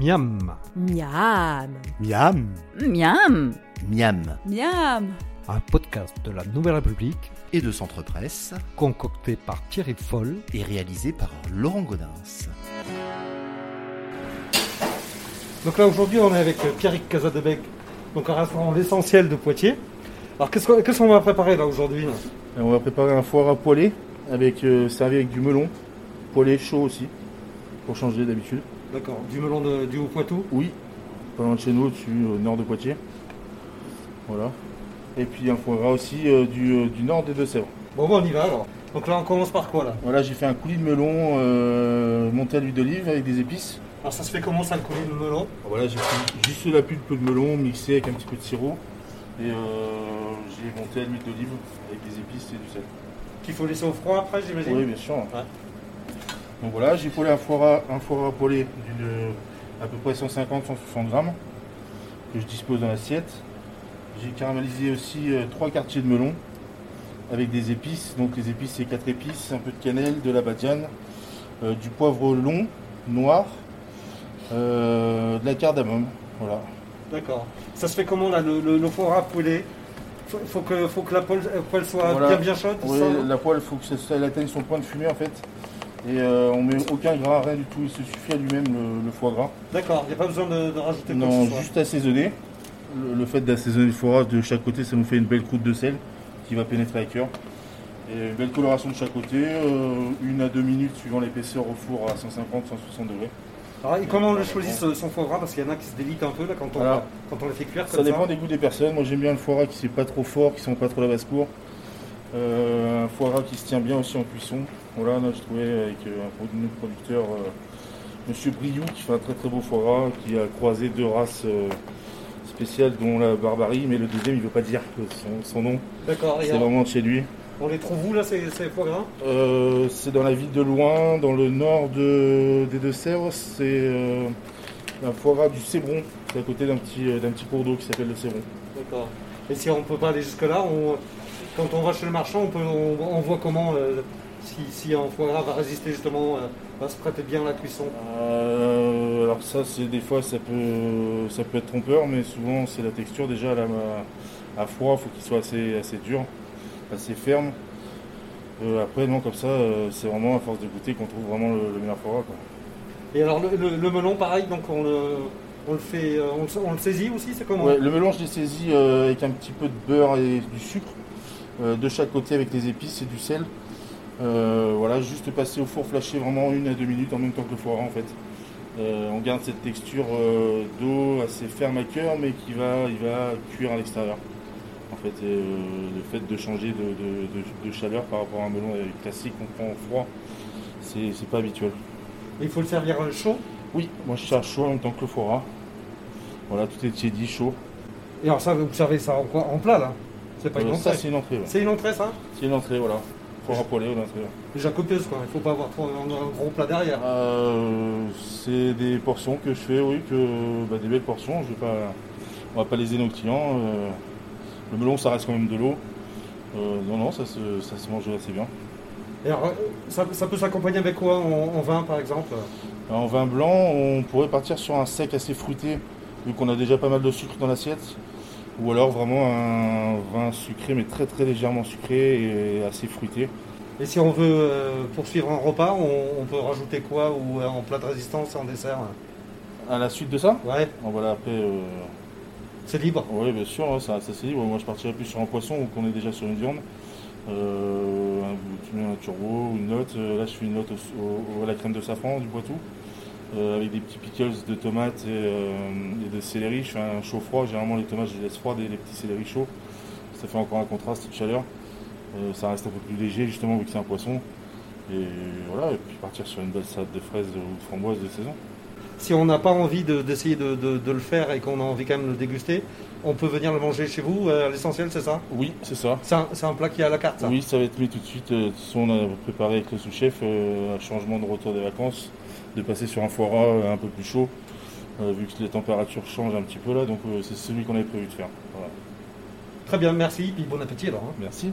Miam. Miam. Miam. Miam. Miam Miam. Un podcast de la Nouvelle République et de Centre Presse concocté par Thierry Foll. est réalisé par Laurent Godin. Donc là aujourd'hui on est avec euh, Pierrick Casadebec, donc un restaurant l'essentiel de Poitiers. Alors qu'est-ce qu'on qu'est-ce qu'on va préparer là aujourd'hui là Et on va préparer un foie à poêlé, avec, euh, servi avec du melon, poêlé chaud aussi, pour changer d'habitude. D'accord, du melon de- du Haut-Poitou. Oui, pas loin de chez nous, au-dessus, au nord de Poitiers. Voilà. Et puis un foie gras aussi euh, du, euh, du nord des Deux-Sèvres. Bon bah on y va alors. Donc là on commence par quoi là Voilà, j'ai fait un coulis de melon euh, monté à l'huile d'olive avec des épices. Alors ça se fait comment ça le coulis de melon Voilà, j'ai pris juste la pulpe de melon mixée avec un petit peu de sirop. Et euh, j'ai monté à l'huile d'olive avec des épices et du sel. Qu'il faut laisser au froid après j'imagine Oui, bien sûr. Donc voilà, j'ai poêlé un foie à, un foie à poêler d'une à peu près 150-160 grammes que je dispose dans l'assiette. J'ai caramélisé aussi euh, trois quartiers de melon avec des épices. Donc les épices, c'est quatre épices, un peu de cannelle, de la badiane, euh, du poivre long, noir, euh, de la cardamome. Voilà. D'accord. Ça se fait comment là le, le, le foie gras poulet faut, faut que, faut que la poêle, euh, poêle soit Voilà. bien bien chaude Ouais, sans- la poêle, il faut que ça, ça- elle atteigne son point de fumée en fait. Et euh, on met aucun gras, rien du tout. Il se suffit à lui-même le- le foie gras. D'accord, il n'y a pas besoin de, de rajouter quoi que Non, ce soit. juste assaisonner. Le, le fait d'assaisonner le foie gras de chaque côté, ça nous fait une belle croûte de sel qui va pénétrer à cœur. Et une belle coloration de chaque côté, euh, une à deux minutes suivant l'épaisseur au four à 150-160 degrés. Alors, et comment on le choisit ce- son foie gras Parce qu'il y en a qui se délitent un peu là quand on, Voilà. quand on les fait cuire Ça comme ça. dépend des goûts des personnes. Moi j'aime bien le foie gras qui c'est pas trop fort, qui sent pas trop la basse-cour. Euh, un foie gras qui se tient bien aussi en cuisson. Voilà, là je trouvais avec euh, un produit- notre producteur, euh, Monsieur Briou, qui fait un très très beau foie gras, qui a croisé deux races euh, spéciales, dont la barbarie, mais le deuxième il veut pas dire que son, son nom. Ah, D'accord, et C'est alors, vraiment de chez lui. on les trouve où là ces, ces foie gras Euh, c'est dans la ville de Loin, dans le nord de- des Deux-Sèvres. C'est euh, un foie gras du Cébron. C'est à côté d'un petit, euh, d'un petit cours d'eau qui s'appelle le Cébron. D'accord. Et si on ne peut pas aller jusque-là, on- quand on va chez le marchand, on, peut, on, on voit comment euh, si, si un foie gras va résister justement, euh, va se prêter bien à la cuisson. Euh, alors ça, c'est des fois ça peut, ça peut être trompeur, mais souvent c'est la texture déjà à, la, à froid, faut qu'il soit assez, assez dur, assez ferme. Euh, après non, comme ça, euh, c'est vraiment à force de goûter qu'on trouve vraiment le, le meilleur foie gras. quoi. Et alors, le, le- le melon, pareil, donc on le, on le fait, euh, on, le- on le saisit aussi, c'est comment Ouais, le mélange, je l'ai saisi euh, avec un petit peu de beurre et du sucre euh, de chaque côté avec les épices et du sel. Euh, voilà, juste passer au four flasher vraiment une à deux minutes en même temps que le foie gras, en fait. Euh, on garde cette texture euh, d'eau assez ferme à cœur mais qui va, il va cuire à l'extérieur. En fait, et, euh, le fait de changer de, de- de- de chaleur par rapport à un melon euh, classique qu'on prend au froid, c'est c'est pas habituel. Il faut le servir euh, chaud. Oui, moi je cherche chaud en même temps que le foie gras. Voilà, tout est dit chaud. Et alors, ça, vous servez ça en quoi En plat là C'est pas une Euh, entrée. ça, c'est une entrée. ouais. C'est une entrée, ça C'est une entrée, voilà. Faut rappeler l'entrée. Déjà copieuse, quoi. Il faut pas avoir trop un, un gros plat derrière. Euh, c'est des portions que je fais, oui, que bah, des belles portions. Je vais pas, on va pas léser nos clients. euh, le melon, ça reste quand même de l'eau. Euh, non, non, ça se, ça se mange assez bien. Et alors, euh, ça, ça peut s'accompagner avec quoi en, en vin, par exemple En vin blanc, on pourrait partir sur un sec assez fruité, vu qu'on a déjà pas mal de sucre dans l'assiette. Ou alors vraiment un vin sucré, mais très très légèrement sucré et assez fruité. Et si on veut euh, poursuivre un repas, on, on peut rajouter quoi Ou euh, en plat de résistance, en dessert À la suite de ça, Ouais, on va après. euh, c'est libre. Oui, bien sûr, ouais, ça, ça c'est libre. Moi, je partirais plus sur un poisson ou qu'on est déjà sur une viande. Euh, un, tu mets un turbo, une note. Euh, là, je fais une note au- au- au- à la crème de safran du Poitou. Euh, avec des petits pickles de tomates et, euh, et de céleri. Je fais un chaud froid. Généralement, les tomates, je les laisse froides et les petits céleri chauds. Ça fait encore un contraste de chaleur. Euh, ça reste un peu plus léger, justement, vu que c'est un poisson. Et voilà, et puis partir sur une belle salade de fraises ou de framboises de saison. Si on n'a pas envie de- d'essayer de, de- de le faire et qu'on a envie quand même de le déguster, on peut venir le manger chez vous, euh, à l'essentiel, c'est ça Oui, c'est ça. C'est un, c'est un plat qui est à la carte, ça Oui, ça va être mis tout de suite. Euh, De toute façon, on a préparé avec le sous-chef euh, un changement de retour des vacances, de passer sur un foie gras euh, un peu plus chaud, euh, vu que les températures changent un petit peu là. Donc, euh, c'est celui qu'on avait prévu de faire. Voilà. Très bien, merci, puis bon appétit alors. hein. Merci.